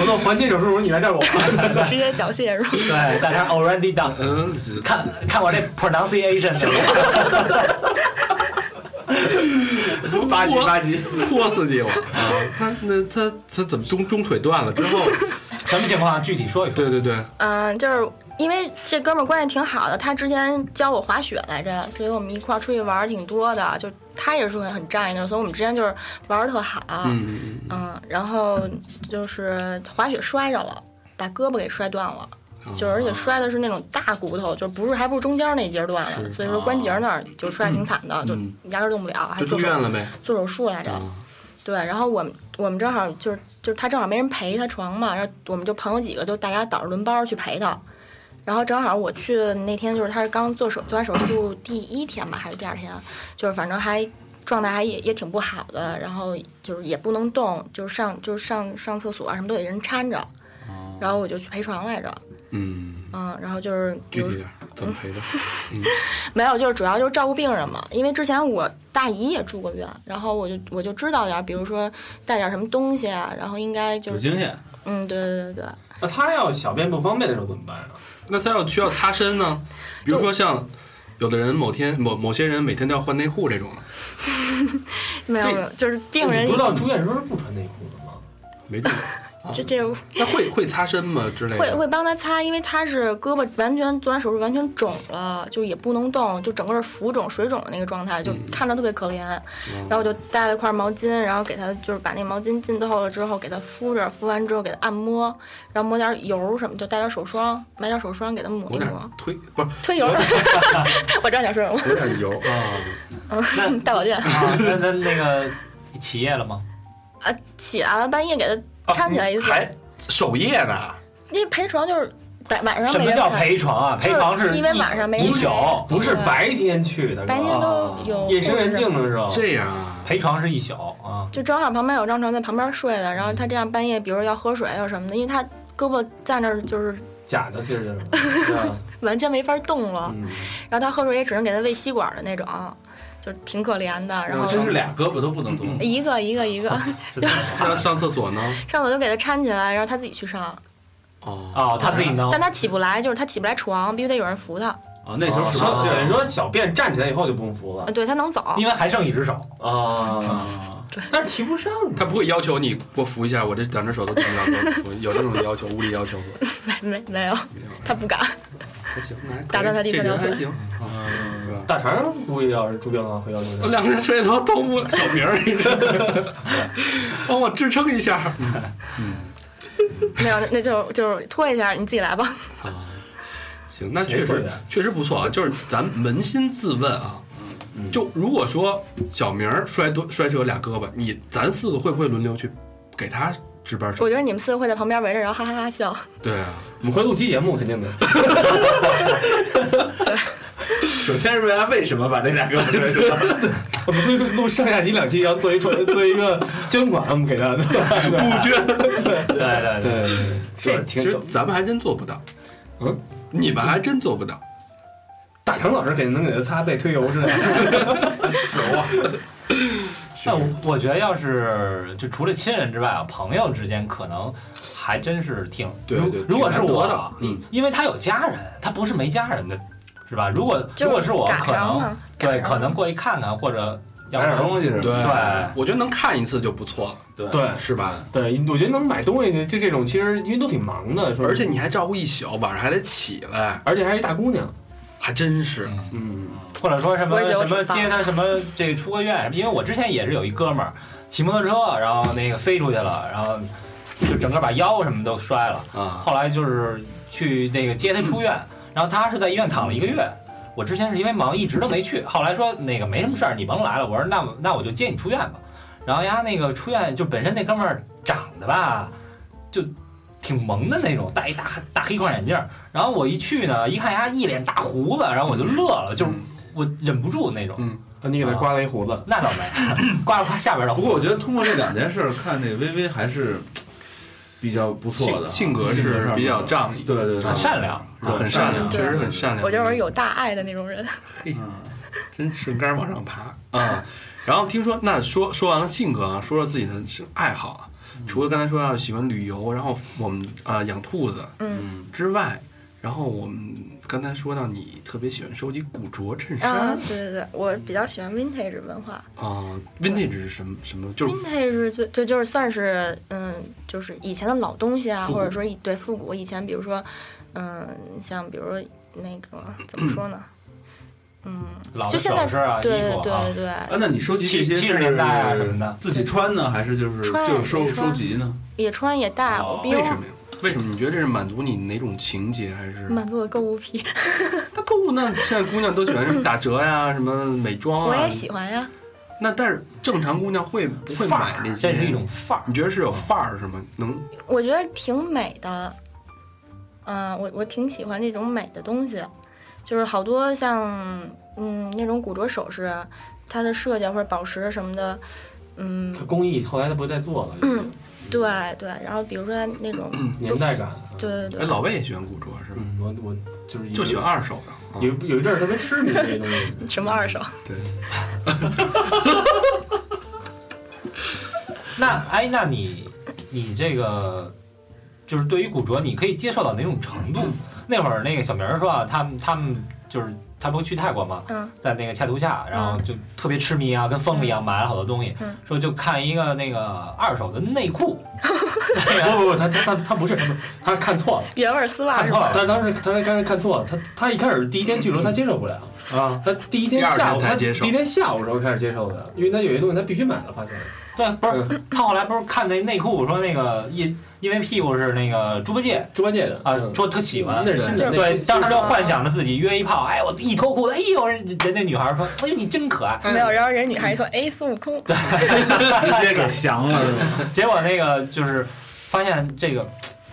[SPEAKER 3] 我做环切手术的时候你来照顾我，
[SPEAKER 6] 直接缴械是吧？
[SPEAKER 5] 对，大山 already done。
[SPEAKER 2] 嗯，
[SPEAKER 5] 看看我这 pronunciation 怎么样？
[SPEAKER 3] 吧唧吧唧，
[SPEAKER 2] 泼死你我啊！那那他他怎么中中腿断了之后？
[SPEAKER 5] 什么情况？具体说一说。
[SPEAKER 2] 对对对，
[SPEAKER 6] 嗯，就是因为这哥们儿关系挺好的，他之前教我滑雪来着，所以我们一块儿出去玩儿挺多的。就他也是很很仗义那种，所以我们之前就是玩儿得特好。
[SPEAKER 2] 嗯嗯嗯
[SPEAKER 6] 嗯然后就是滑雪摔着了，把胳膊给摔断了，
[SPEAKER 2] 嗯，
[SPEAKER 6] 就是而且摔的是那种大骨头，就不是还不是中间那节断了，
[SPEAKER 2] 是
[SPEAKER 6] 所以说关节那儿就摔得挺惨的，就
[SPEAKER 2] 嗯
[SPEAKER 6] 压根儿动不了，还
[SPEAKER 2] 就
[SPEAKER 6] 做
[SPEAKER 2] 住
[SPEAKER 6] 手
[SPEAKER 2] 院了呗。
[SPEAKER 6] 做手术来着。
[SPEAKER 2] 啊，
[SPEAKER 6] 对，然后我们我们正好就是就是他正好没人陪他床嘛，然后我们就朋友几个就大家倒着轮班去陪他。然后正好我去的那天就是他是刚做手做完手术第一天吧，还是第二天，就是反正还状态还也也挺不好的，然后就是也不能动，就是上就是上上厕所啊什么都得人搀着。然后我就去陪床来着，
[SPEAKER 2] 哦嗯，
[SPEAKER 6] 嗯，然后就是比
[SPEAKER 2] 具
[SPEAKER 6] 如
[SPEAKER 2] 体点儿怎么赔的？
[SPEAKER 6] 没有，就是主要就是照顾病人嘛。因为之前我大姨也住过院，然后我就我就知道点儿，比如说带点儿什么东西啊，然后应该就
[SPEAKER 4] 有
[SPEAKER 6] 是
[SPEAKER 4] 经验，
[SPEAKER 6] 嗯，对对对对，
[SPEAKER 3] 那他要小便不方便的时候怎么办啊？
[SPEAKER 2] 那他要需要擦身 呢？比如说像有的人某天某某些人每天都要换内裤这种的，
[SPEAKER 6] 没有
[SPEAKER 2] 这
[SPEAKER 6] 没有，就是病
[SPEAKER 3] 你
[SPEAKER 6] 人
[SPEAKER 3] 不知道住院时候是不穿内裤的吗？
[SPEAKER 2] 没注意。
[SPEAKER 6] 这这
[SPEAKER 2] 那会会擦身吗之类的？
[SPEAKER 6] 会会帮他擦，因为他是胳膊完全做完手术完全肿了，就也不能动，就整个是浮肿水肿的那个状态，就看着特别可怜。然后我就带了一块毛巾，然后给他就是把那个毛巾浸透了之后给他敷着，敷完之后给他按摩，然后抹点油什么，就带点手霜，买点手霜给他抹一
[SPEAKER 2] 抹点
[SPEAKER 6] 抹，
[SPEAKER 2] 推不是
[SPEAKER 6] 推 油。我知道你要说什么，
[SPEAKER 2] 抹点 油啊，
[SPEAKER 6] 嗯大保健
[SPEAKER 5] 啊，那那那个起夜了吗？
[SPEAKER 6] 啊，起来了半夜给他
[SPEAKER 2] 啊
[SPEAKER 6] 搀起来一次，
[SPEAKER 2] 还守夜呢？
[SPEAKER 6] 因为陪床就是晚晚上
[SPEAKER 5] 什
[SPEAKER 6] 没
[SPEAKER 5] 么
[SPEAKER 6] 人
[SPEAKER 5] 叫
[SPEAKER 6] 看
[SPEAKER 5] 陪床啊？
[SPEAKER 6] 就
[SPEAKER 5] 陪床是
[SPEAKER 6] 因为
[SPEAKER 5] 一
[SPEAKER 6] 晚上没人
[SPEAKER 5] 一
[SPEAKER 6] 陪
[SPEAKER 5] 宿，
[SPEAKER 3] 不是白天去的，
[SPEAKER 6] 白天都有
[SPEAKER 3] 夜深人
[SPEAKER 6] 护士
[SPEAKER 3] 静的时候，
[SPEAKER 2] 这样啊，
[SPEAKER 5] 陪床是一宿啊。
[SPEAKER 6] 就正好旁边有张床在旁边睡的，然后他这样半夜，比如要喝水啊什么的，因为他胳膊在那儿就是
[SPEAKER 3] 假的劲 儿就是，啊
[SPEAKER 6] 完全没法动了，
[SPEAKER 3] 嗯
[SPEAKER 6] 然后他喝水也只能给他喂吸管的那种，就是挺可怜的。然后
[SPEAKER 4] 我真是俩胳膊都不能动，
[SPEAKER 6] 一个一 个一个，
[SPEAKER 2] 那上厕所呢？
[SPEAKER 6] 上次就给他搀起来，然后他自己去上，
[SPEAKER 2] 哦，
[SPEAKER 5] 哦，他自己弄
[SPEAKER 6] 嗯但他起不来，就是他起不来床，必须得有人扶他。
[SPEAKER 4] 啊，那时候什
[SPEAKER 3] 说
[SPEAKER 4] 么劲
[SPEAKER 3] 哦等于
[SPEAKER 4] 儿
[SPEAKER 3] 说小便站起来以后就不服了
[SPEAKER 6] 啊，对他能走，
[SPEAKER 5] 因为还剩一只手，
[SPEAKER 3] 啊，
[SPEAKER 4] 啊？
[SPEAKER 6] 呃
[SPEAKER 3] 但是提不上
[SPEAKER 2] 他不会要求你给我扶一下，我这两只手都提不了，给我扶有这种要求，无理要 求吗？
[SPEAKER 6] 没没有，
[SPEAKER 2] 没有
[SPEAKER 6] 他不敢。
[SPEAKER 2] 还行，那还可以
[SPEAKER 6] 打断他立刻
[SPEAKER 2] 这人
[SPEAKER 6] 聊起来
[SPEAKER 2] 还 行，啊是吧？
[SPEAKER 3] 大肠估计要是住病了会要求
[SPEAKER 2] 我
[SPEAKER 3] 这
[SPEAKER 2] 两个人睡到同步，小明儿，你知道吗 帮我支撑一下。
[SPEAKER 6] 没有，那那就就是拖一下，你自己来吧。
[SPEAKER 2] 啊，行，那
[SPEAKER 3] 谁
[SPEAKER 2] 确
[SPEAKER 3] 会
[SPEAKER 2] 实
[SPEAKER 3] 的
[SPEAKER 2] 确实不错啊。就是咱扪心自问啊，就如果说小明儿摔多摔折有俩胳膊，你咱四个会不会轮流去给他值班
[SPEAKER 6] 我
[SPEAKER 2] 守
[SPEAKER 6] 觉？得你们四个会在旁边围着，然后哈哈哈笑。
[SPEAKER 2] 对啊，
[SPEAKER 3] 我们会录期节目肯定的，
[SPEAKER 4] 首先是问他为什么把这俩胳膊摔折 了，
[SPEAKER 3] 我们会录上下集两期，然后做一 做做一个捐款，我们给他募捐，
[SPEAKER 5] 对对
[SPEAKER 3] 对，对，
[SPEAKER 2] 这
[SPEAKER 3] 对
[SPEAKER 2] 其
[SPEAKER 3] 挺
[SPEAKER 2] 实
[SPEAKER 3] 走
[SPEAKER 2] 咱们还真做不到。
[SPEAKER 3] 嗯，
[SPEAKER 2] 你们还真做不到。
[SPEAKER 3] 大肠老师肯定能给他擦背推油之类的，
[SPEAKER 5] 那我我觉得要是就除了亲人之外啊，朋友之间可能还真是挺
[SPEAKER 2] 对
[SPEAKER 5] 如
[SPEAKER 2] 对
[SPEAKER 5] 如果是
[SPEAKER 2] 挺
[SPEAKER 5] 我
[SPEAKER 2] 难得的嗯
[SPEAKER 5] 因为他有家人，他不是没家人的，是吧？如果
[SPEAKER 6] 就
[SPEAKER 5] 如果是我，
[SPEAKER 6] 赶
[SPEAKER 5] 可
[SPEAKER 6] 上
[SPEAKER 5] 能
[SPEAKER 6] 了，
[SPEAKER 5] 对，
[SPEAKER 6] 赶上
[SPEAKER 5] 可能
[SPEAKER 6] 了
[SPEAKER 5] 过去看看或者要
[SPEAKER 4] 买点东西是吧？
[SPEAKER 5] 对
[SPEAKER 2] 我觉得能看一次就不错了，
[SPEAKER 4] 对
[SPEAKER 3] 对。
[SPEAKER 2] 是吧？
[SPEAKER 3] 对，我觉得能买东西就这种，其实因为都挺忙的，说
[SPEAKER 2] 而且你还照顾一宿，晚上还得起来，
[SPEAKER 3] 而且还是一大姑娘，
[SPEAKER 2] 还真是。
[SPEAKER 5] 嗯
[SPEAKER 3] 嗯，
[SPEAKER 5] 或者说什么
[SPEAKER 6] 我也觉得
[SPEAKER 5] 什
[SPEAKER 6] 我
[SPEAKER 5] 么
[SPEAKER 6] 挺棒
[SPEAKER 5] 接他什么这出个院，因为我之前也是有一哥们儿骑摩托车，然后那个飞出去了，然后就整个把腰什么都摔了。
[SPEAKER 2] 啊，
[SPEAKER 5] 后来就是去那个接他出院，然后他是在医院躺了一个月。我之前是因为忙一直都没去，后来说那个没什么事儿，你甭来了。我说那我那我就接你出院吧。然后呀，那个出院就本身那哥们儿长得吧，就挺萌的那种，戴一大大黑框眼镜儿。然后我一去呢，一看呀，一脸大胡子，然后我就乐了，就是我忍不住那种。
[SPEAKER 2] 嗯
[SPEAKER 3] 啊你给他刮了一胡子，
[SPEAKER 5] 那倒 没，刮了他下边的胡
[SPEAKER 4] 不
[SPEAKER 5] 子。
[SPEAKER 4] 过我觉得通过这两件事儿，看这微微还是比较不错的啊，
[SPEAKER 2] 性性格
[SPEAKER 4] 性
[SPEAKER 2] 是
[SPEAKER 4] 上
[SPEAKER 2] 比较仗义，
[SPEAKER 4] 对对对，
[SPEAKER 5] 很善良，
[SPEAKER 2] 是吧很善良，
[SPEAKER 6] 对
[SPEAKER 2] 确实很善良。
[SPEAKER 6] 我就是有大爱的那种人。
[SPEAKER 4] 嗯
[SPEAKER 2] 真顺杆儿往上爬啊。然后听说，那说说完了性格啊，说说自己的是爱好啊。除了刚才说要喜欢旅游，然后我们啊、呃养兔子
[SPEAKER 6] 嗯
[SPEAKER 4] 嗯，
[SPEAKER 2] 之外，然后我们刚才说到你特别喜欢收集古着衬衫
[SPEAKER 6] 啊
[SPEAKER 2] 啊，
[SPEAKER 6] 对对对，我比较喜欢 vintage 文化。
[SPEAKER 2] ，vintage 是什么什么？就是
[SPEAKER 6] vintage 就就就是算是嗯，就是以前的老东西啊，
[SPEAKER 2] 复古
[SPEAKER 6] 或者说以对复古。以前比如说，嗯，像比如那个怎么说呢？嗯，
[SPEAKER 5] 老的
[SPEAKER 6] 就现在
[SPEAKER 5] 首饰啊，
[SPEAKER 6] 对
[SPEAKER 5] 衣服
[SPEAKER 6] 对
[SPEAKER 5] 啊，
[SPEAKER 6] 对对，
[SPEAKER 4] 啊，那你收集
[SPEAKER 5] 七
[SPEAKER 4] 这些
[SPEAKER 5] 七十
[SPEAKER 4] 是
[SPEAKER 5] 年代啊什么的，
[SPEAKER 4] 自己穿呢，还是就是
[SPEAKER 6] 穿
[SPEAKER 4] 就是收
[SPEAKER 6] 自己
[SPEAKER 4] 收
[SPEAKER 6] 穿
[SPEAKER 4] 集呢？
[SPEAKER 6] 也穿也戴，我
[SPEAKER 4] 哦
[SPEAKER 6] 比
[SPEAKER 2] 为
[SPEAKER 6] 如
[SPEAKER 2] 什么呀？为什么？你觉得这是满足你哪种情节，还是？
[SPEAKER 6] 满足我购物癖，
[SPEAKER 2] 那购物，那现在姑娘都喜欢 什么打折呀、什么美妆啊。
[SPEAKER 6] 我也喜欢呀。
[SPEAKER 2] 那但是正常姑娘会不会
[SPEAKER 5] 范
[SPEAKER 2] 买
[SPEAKER 5] 儿
[SPEAKER 2] 那，些？
[SPEAKER 5] 这是一种范儿
[SPEAKER 2] 你。觉得是有范儿是吗？能
[SPEAKER 6] 我觉得挺美的，嗯、我我挺喜欢那种美的东西，就是好多像嗯那种古着首饰，它的设计啊或者宝石什么的，嗯，
[SPEAKER 3] 他工艺后来他不再做了，
[SPEAKER 6] 嗯对对，然后比如说它那种，
[SPEAKER 3] 年代感，啊
[SPEAKER 6] 对对
[SPEAKER 2] 哎，
[SPEAKER 6] 对，
[SPEAKER 2] 老魏也喜欢古着是吧？
[SPEAKER 3] 嗯，我我就是
[SPEAKER 2] 就喜欢二手的。啊
[SPEAKER 3] 有有一阵儿特别痴迷这东西，
[SPEAKER 6] 什么 二手，
[SPEAKER 2] 对，
[SPEAKER 5] 那哎，那你你这个就是对于古着，你可以接受到哪种程度？那会儿那个小明儿说啊，他们他们就是他不是去泰国嘛，
[SPEAKER 6] 嗯
[SPEAKER 5] 在那个恰图恰，然后就特别痴迷啊，跟疯了一样买了好多东西
[SPEAKER 6] 嗯，
[SPEAKER 5] 说就看一个那个二手的内裤，
[SPEAKER 3] 哎不不不，他他他他不是，他不他是看错了。
[SPEAKER 6] 原味丝袜
[SPEAKER 3] 看
[SPEAKER 6] 是
[SPEAKER 3] 错
[SPEAKER 6] 吧？
[SPEAKER 3] 了，他当时他是开始看错了，他他一开始第一天去的时候他接受不了
[SPEAKER 5] 嗯
[SPEAKER 3] 啊，他第一天下午
[SPEAKER 2] 第二天才
[SPEAKER 3] 他
[SPEAKER 2] 接受
[SPEAKER 3] 第一天下午的时候开始接受的，因为他有些东西他必须买了，发现
[SPEAKER 5] 对，不是
[SPEAKER 3] 嗯
[SPEAKER 5] 他后来不是看那内裤说那个因因为屁股是那个猪八戒
[SPEAKER 3] 猪八戒的
[SPEAKER 5] 啊，
[SPEAKER 3] 嗯
[SPEAKER 5] 说特喜欢
[SPEAKER 3] 那，是新的，那
[SPEAKER 5] 对，
[SPEAKER 3] 是
[SPEAKER 5] 当时就幻想着自己约一炮，哎，我一脱裤子，哎呦，人人那女孩说，哎呦，你真可爱。
[SPEAKER 6] 没有，然后人女孩一说：“哎，孙悟空。
[SPEAKER 4] 直接给降了是吧？
[SPEAKER 5] 结果那个就是发现这个，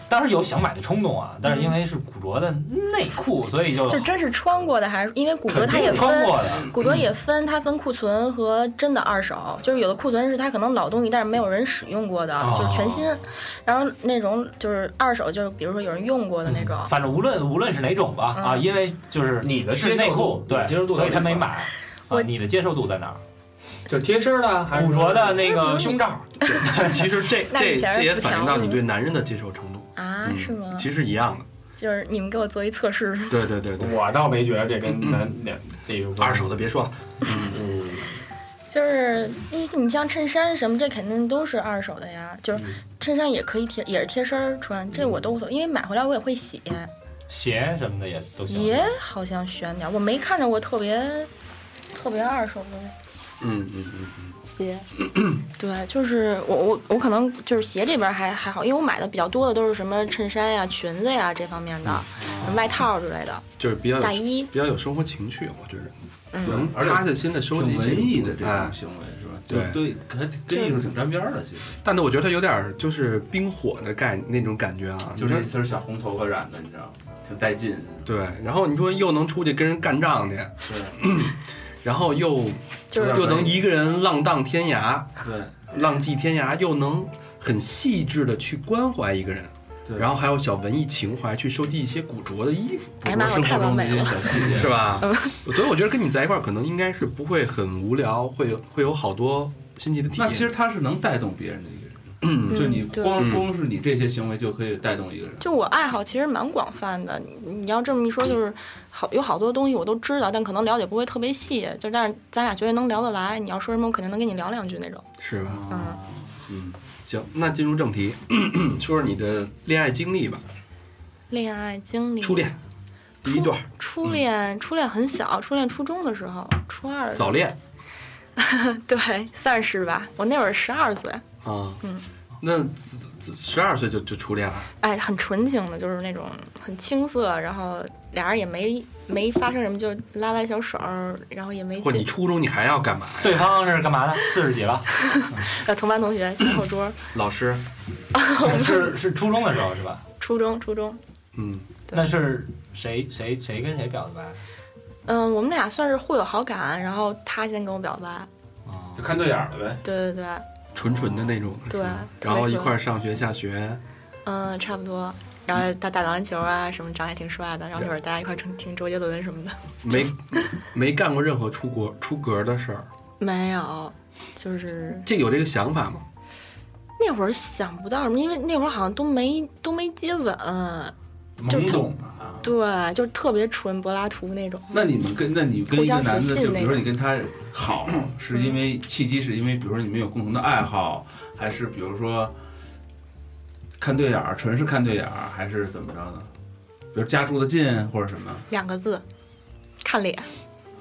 [SPEAKER 5] 当时有想买的冲动啊，但是因为是古着的内裤，所以就”
[SPEAKER 6] 就真是穿过的，还是因为古着它也
[SPEAKER 5] 穿
[SPEAKER 6] 分，
[SPEAKER 5] 过的。
[SPEAKER 6] 古着也分，它分库存和真的二手， 就是有的库存是它可能老东西，但是没有人使用过的，
[SPEAKER 2] 啊
[SPEAKER 5] 哦
[SPEAKER 6] 就是全新。然后那种就是二手，就是比如说有人用过的那种。
[SPEAKER 5] 反正无论无论是哪种吧，
[SPEAKER 6] 嗯
[SPEAKER 5] 啊，因为就是
[SPEAKER 3] 你的
[SPEAKER 5] 是
[SPEAKER 3] 接受
[SPEAKER 5] 内裤
[SPEAKER 3] 度，
[SPEAKER 5] 对，
[SPEAKER 3] 你接受度在
[SPEAKER 5] 所以他没
[SPEAKER 3] 哪
[SPEAKER 5] 买。啊
[SPEAKER 6] 我，
[SPEAKER 5] 你的接受度在哪儿？
[SPEAKER 3] 就是贴身的啊
[SPEAKER 4] 哎
[SPEAKER 3] 还是
[SPEAKER 5] 古着的
[SPEAKER 6] 其
[SPEAKER 5] 那
[SPEAKER 6] 实不
[SPEAKER 5] 个
[SPEAKER 6] 是
[SPEAKER 5] 胸罩，
[SPEAKER 2] 其实这
[SPEAKER 6] 那
[SPEAKER 2] 这
[SPEAKER 6] 以前是
[SPEAKER 2] 这也
[SPEAKER 6] 不
[SPEAKER 2] 反映
[SPEAKER 6] 调
[SPEAKER 2] 到
[SPEAKER 6] 的
[SPEAKER 2] 你对男人的接受程度，
[SPEAKER 6] 啊，
[SPEAKER 2] 嗯
[SPEAKER 6] 是吗？
[SPEAKER 2] 其实一样的。
[SPEAKER 6] 就是你们给我做一 测试，
[SPEAKER 2] 对对对对，
[SPEAKER 3] 我倒没觉得这跟男两这有关
[SPEAKER 2] 二手的别说了，
[SPEAKER 3] 嗯，
[SPEAKER 6] 就是你你像衬衫什么，这肯定都是二手的呀。就是衬衫也可以贴，也是贴身儿穿，这
[SPEAKER 2] 嗯
[SPEAKER 6] 我都无所谓，因为买回来我也会洗。
[SPEAKER 5] 鞋什么的也都行。
[SPEAKER 6] 鞋好像悬点儿，我没看着过特别特别二手的
[SPEAKER 2] 嗯嗯嗯嗯，
[SPEAKER 6] 鞋。对，就是我我我可能就是鞋这边儿还还好，因为我买的比较多的都是什么衬衫呀、裙子呀这方面的，什么外套之类的，
[SPEAKER 2] 就是比较有
[SPEAKER 6] 大衣。
[SPEAKER 2] 比较有生活情趣，我觉得
[SPEAKER 6] 嗯，
[SPEAKER 2] 能
[SPEAKER 4] 而且
[SPEAKER 2] 踏下心的收集
[SPEAKER 4] 挺文艺的这
[SPEAKER 2] 哎
[SPEAKER 4] 种行为是吧？
[SPEAKER 2] 对
[SPEAKER 4] 对，还跟艺术挺沾边儿的，其实
[SPEAKER 2] 哎但呢，我觉得它有点儿就是冰火的概那种感觉啊，
[SPEAKER 4] 就
[SPEAKER 2] 你
[SPEAKER 4] 是
[SPEAKER 2] 说
[SPEAKER 4] 那丝儿小红头发染的，你知道吗？挺带劲。
[SPEAKER 2] 对。然后你说又能出去跟人干仗去， 然后又
[SPEAKER 6] 就是
[SPEAKER 2] 又能一个人浪荡天涯，
[SPEAKER 4] 对
[SPEAKER 2] 浪迹天涯，又能很细致的去关怀一个人，
[SPEAKER 4] 对，
[SPEAKER 2] 然后还有小文艺情怀，去收集一些古着的衣服，
[SPEAKER 6] 哎呀
[SPEAKER 4] 捕
[SPEAKER 6] 妈，我
[SPEAKER 4] 捉生
[SPEAKER 6] 太完
[SPEAKER 4] 活中的
[SPEAKER 6] 美
[SPEAKER 4] 一些
[SPEAKER 6] 了。
[SPEAKER 4] 小细节
[SPEAKER 2] 是？吧？
[SPEAKER 6] 嗯
[SPEAKER 2] 所以我觉得跟你在一块儿，可能应该是不会很无聊，会有会有好多新奇的体验。
[SPEAKER 4] 那其实他是能带动别人的一个人，
[SPEAKER 2] 嗯
[SPEAKER 4] 就你
[SPEAKER 6] 嗯对
[SPEAKER 4] 光
[SPEAKER 2] 嗯
[SPEAKER 4] 光是你这些行为就可以带动一个人。
[SPEAKER 6] 就我爱好其实蛮广泛的，你你要这么一说，就是好有好多东西我都知道，但可能了解不会特别细。就但是咱俩绝对能聊得来，你要说什么我肯定能跟你聊两句那种。
[SPEAKER 2] 是吧？
[SPEAKER 6] 嗯，
[SPEAKER 2] 嗯，行，那进入正题， 说说你的恋爱经历吧，
[SPEAKER 6] 恋爱经历，
[SPEAKER 2] 初恋，第一段儿
[SPEAKER 6] 初恋，初恋很小，初恋初中的时候，初二，
[SPEAKER 2] 早恋
[SPEAKER 6] 对，算是吧。我那会儿十二岁，
[SPEAKER 2] 啊，
[SPEAKER 6] 嗯，
[SPEAKER 2] 那十二岁就就初恋了，
[SPEAKER 6] 哎，很纯情的，就是那种很青涩，然后俩人也没没发生什么，就拉拉小手儿，然后也没
[SPEAKER 2] 或你初中你还要干嘛呀？
[SPEAKER 5] 对方是干嘛的？四十几 了，
[SPEAKER 6] 呃同班同学前后桌，
[SPEAKER 2] 老师，
[SPEAKER 5] 是是初中的时候是吧？
[SPEAKER 6] 初中初中，
[SPEAKER 2] 嗯，
[SPEAKER 6] 对
[SPEAKER 5] 那是谁谁谁跟谁表的白？
[SPEAKER 6] 嗯，我们俩算是互有好感，然后他先跟我表白，
[SPEAKER 5] 啊
[SPEAKER 4] 就看对眼儿了呗。
[SPEAKER 6] 对对对
[SPEAKER 2] 纯纯的那种，
[SPEAKER 6] 对，啊
[SPEAKER 2] 然后一块
[SPEAKER 6] 儿，
[SPEAKER 2] 儿上学下学，
[SPEAKER 6] 嗯，差不多。然后他打打篮球啊，什么长得还挺帅的，然后那会儿大家一块儿听听周杰伦什么的。
[SPEAKER 2] 没没干过任何出国出格的事儿，
[SPEAKER 6] 没有，就是
[SPEAKER 2] 这有这个想法吗？
[SPEAKER 6] 那会儿想不到什么，因为那会儿好像都没都没接吻，就是
[SPEAKER 4] 懵懂啊。
[SPEAKER 6] 对，就是特别纯柏拉图那种。
[SPEAKER 4] 那你们跟那你
[SPEAKER 6] 互
[SPEAKER 4] 跟一个
[SPEAKER 6] 相
[SPEAKER 4] 男
[SPEAKER 6] 写
[SPEAKER 4] 的，
[SPEAKER 6] 信
[SPEAKER 4] 就
[SPEAKER 6] 那
[SPEAKER 4] 比如说
[SPEAKER 6] 种嗯
[SPEAKER 4] 你跟他好，是因为契机，是因为比如说你们有共同的爱好，还是比如说看对眼儿，纯是看对眼儿，还是怎么着呢？比如家住的近或者什么
[SPEAKER 6] 两个字，看脸。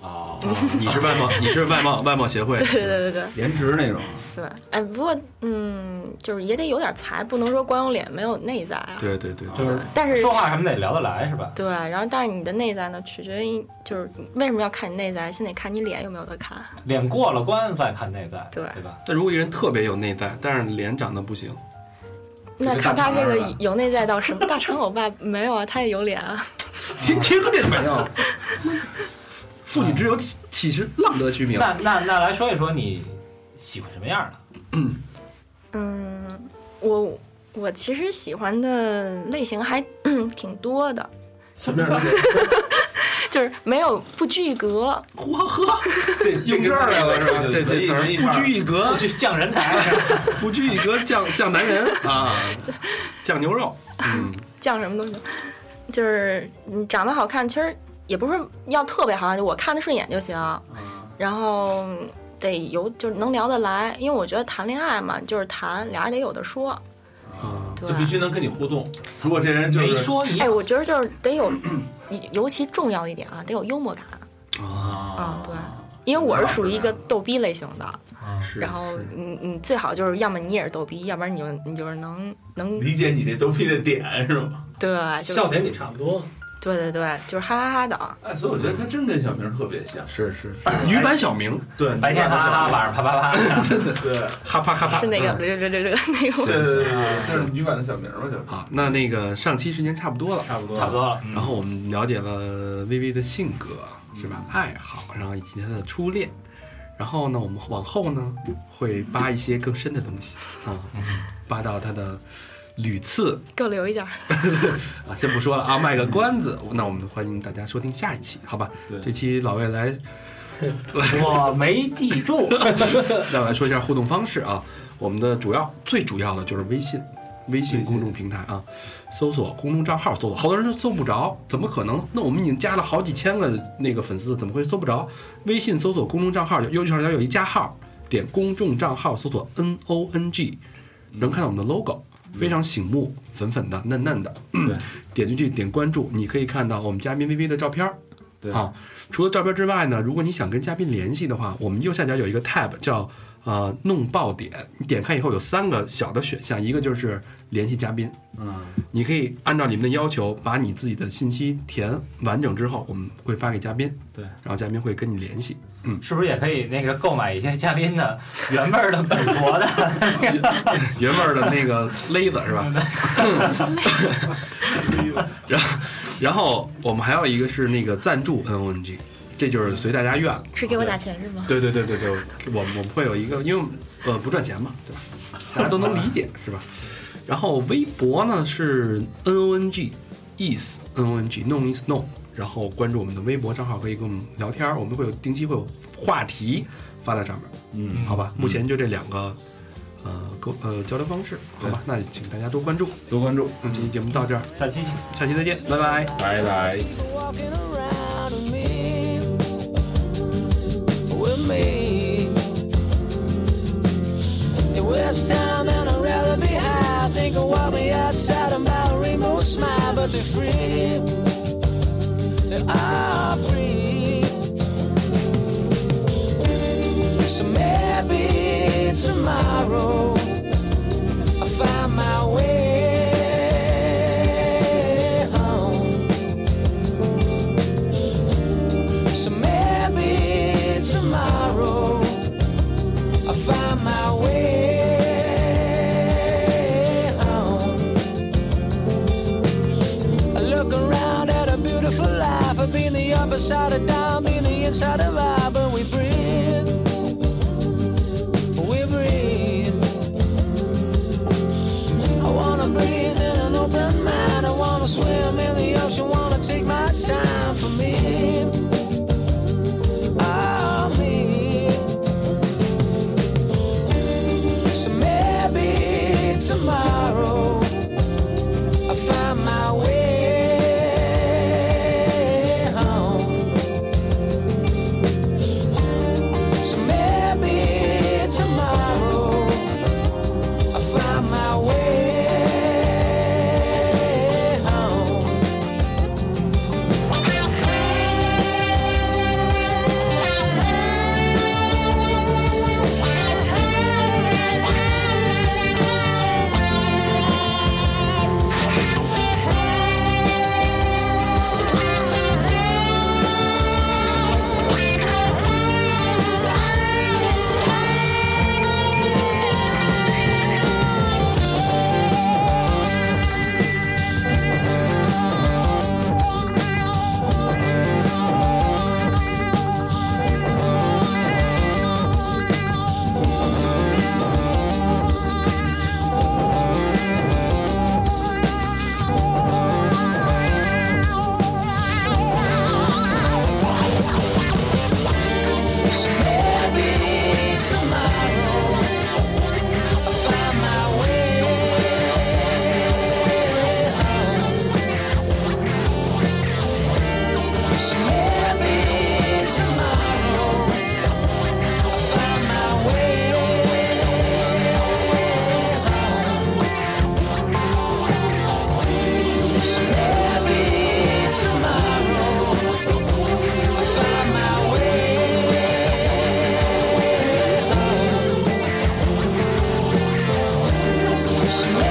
[SPEAKER 4] 哦，
[SPEAKER 2] 你是外贸，你是外贸外贸协会，
[SPEAKER 6] 对对对对
[SPEAKER 4] 颜值那种，
[SPEAKER 6] 对。哎，不过嗯，就是也得有点才，不能说光有脸没有内在啊。
[SPEAKER 2] 对对对对，
[SPEAKER 5] 就是
[SPEAKER 6] 但是
[SPEAKER 5] 说话什么得聊得来是吧？
[SPEAKER 6] 对，然后但是你的内在呢，取决于就是为什么要看你内在，先得看你脸有没有得看。
[SPEAKER 5] 脸过了关再看内在，
[SPEAKER 6] 对
[SPEAKER 5] 对吧？
[SPEAKER 2] 但如果一个人特别有内在，但是脸长得不行，
[SPEAKER 6] 那
[SPEAKER 4] 跟
[SPEAKER 6] 看
[SPEAKER 4] 大
[SPEAKER 6] 他
[SPEAKER 4] 肠
[SPEAKER 6] 这
[SPEAKER 4] 似
[SPEAKER 6] 个
[SPEAKER 4] 的
[SPEAKER 6] 有内在到什么？ 大肠欧巴没有啊，他也有脸啊。
[SPEAKER 2] 听听着没有？ 妇女之友，岂岂是浪得虚名？
[SPEAKER 5] 那那那来说一说你喜欢什么样的？
[SPEAKER 6] 嗯，我我其实喜欢的类型还 挺多的，
[SPEAKER 4] 什么样的？
[SPEAKER 6] 就是没有不拘一格。
[SPEAKER 2] 呵呵，
[SPEAKER 4] 这用这儿来了是吧？
[SPEAKER 2] 这这词儿不
[SPEAKER 4] 不拘
[SPEAKER 2] 拘一格
[SPEAKER 5] 我，去降人才，
[SPEAKER 2] 不拘一格降降男 人啊，降牛肉，嗯，
[SPEAKER 6] 犟什么都行，就是你长得好看，其实也不是要特别好，就我看得顺眼就行。
[SPEAKER 4] 啊，
[SPEAKER 6] 然后得有就是能聊得来，因为我觉得谈恋爱嘛，就是谈，俩人得有的说。
[SPEAKER 4] 啊
[SPEAKER 6] 对
[SPEAKER 4] 就必须能跟你互动。如果这人就
[SPEAKER 5] 没
[SPEAKER 4] 是
[SPEAKER 5] 说你
[SPEAKER 6] 哎，我觉得就是得有，尤其重要的一点啊，得有幽默感，
[SPEAKER 4] 啊
[SPEAKER 6] 啊对因为我是属于一个逗逼类型的。
[SPEAKER 4] 啊
[SPEAKER 2] 是
[SPEAKER 6] 然后
[SPEAKER 2] 是
[SPEAKER 6] 你你最好就是要么你也是逗逼，要不然你就你就是能能
[SPEAKER 4] 理解你这逗逼的点是吗？
[SPEAKER 6] 对，就是
[SPEAKER 7] 笑点你差不多。
[SPEAKER 6] 对对对，就是哈哈哈的。啊
[SPEAKER 4] 哎，所以我觉得他真跟小明特别像，
[SPEAKER 2] 是是，女版小明，
[SPEAKER 4] 对，
[SPEAKER 5] 白天哈哈，晚上啪啪啪。
[SPEAKER 4] 对，
[SPEAKER 2] 哈啪哈啪，嗯
[SPEAKER 4] 啊
[SPEAKER 6] 是那
[SPEAKER 4] 嗯
[SPEAKER 6] 个，这这这这那个
[SPEAKER 4] 对对啊对，这是女版的小明吧，就是
[SPEAKER 2] 好，那那个上期时间差不多了，
[SPEAKER 4] 差不多
[SPEAKER 5] 差不多了，嗯
[SPEAKER 2] 然后我们了解了薇薇的性格是吧，爱好，然后以及她的初恋，然后呢，我们往后呢会扒一些更深的东西啊，扒到她的屡次
[SPEAKER 6] 给我留一点儿。
[SPEAKER 2] 啊，先不说了啊，卖个关子，那我们欢迎大家收听下一期，好吧？
[SPEAKER 4] 对
[SPEAKER 2] 这期老魏来
[SPEAKER 7] 我没记住，
[SPEAKER 2] 那我来说一下互动方式啊，我们的主要最主要的就是微信，微信公众平台啊，搜索公众账号搜索，好多人都搜不着，怎么可能？那我们已经加了好几千个那个粉丝了，怎么会搜不着？微信搜索公众账号，右上角有一加号，点公众账号搜索 N O N G，能看到我们的 logo。非常醒目，粉粉的、嫩嫩的，
[SPEAKER 4] 对
[SPEAKER 2] 点进去点关注，你可以看到我们嘉宾微微的照片儿。
[SPEAKER 4] 对
[SPEAKER 2] 啊，除了照片之外呢，如果你想跟嘉宾联系的话，我们右下角有一个 tab 叫呃弄爆点，你点开以后有三个小的选项，一个就是联系嘉宾，
[SPEAKER 4] 嗯，
[SPEAKER 2] 你可以按照你们的要求把你自己的信息填完整之后，我们会发给嘉宾，
[SPEAKER 4] 对
[SPEAKER 2] 然后嘉宾会跟你联系。
[SPEAKER 5] 是不是也可以那个购买一些嘉宾的原味儿的本国的？
[SPEAKER 2] 原味儿的那个 勒子是吧？然后，然后我们还有一个是那个赞助 N O N G，这就是随大家愿了。
[SPEAKER 6] 是给我打钱是吗？
[SPEAKER 2] 对对对对对，我们我们会有一个，因为呃不赚钱嘛，对吧？大家都能理 解是吧？然后微博呢是 N O N G is N O N G known is known，然后关注我们的微博账号可以跟我们聊天儿，我们会有定期会有话题发在上面。
[SPEAKER 4] 嗯，
[SPEAKER 2] 好吧，目前就这两个，呃，沟呃交流方式，好吧，那请大家多关注。
[SPEAKER 4] 多关注，
[SPEAKER 2] 那这期节目到这儿，
[SPEAKER 5] 下期见。
[SPEAKER 2] 下期再见，拜拜。
[SPEAKER 4] 拜拜。
[SPEAKER 8] walking around with me, with me. And the worst time that I'd rather be high, thinking what me outside and by a rainbow smile, but they're free, they are free. So maybe tomorrow I'll find my way home. So maybe tomorrow I'll find my way home. I look around at a beautiful life. I've been the up side of down, been the inside of out, but we breathe. We breathe. I wanna breathe in an open mind. I wanna swim in the ocean. Wanna take my time for me. I'll be. So maybe tomorrow I'll find my way home. So maybe tomorrow I'll find my way home. It's amazing.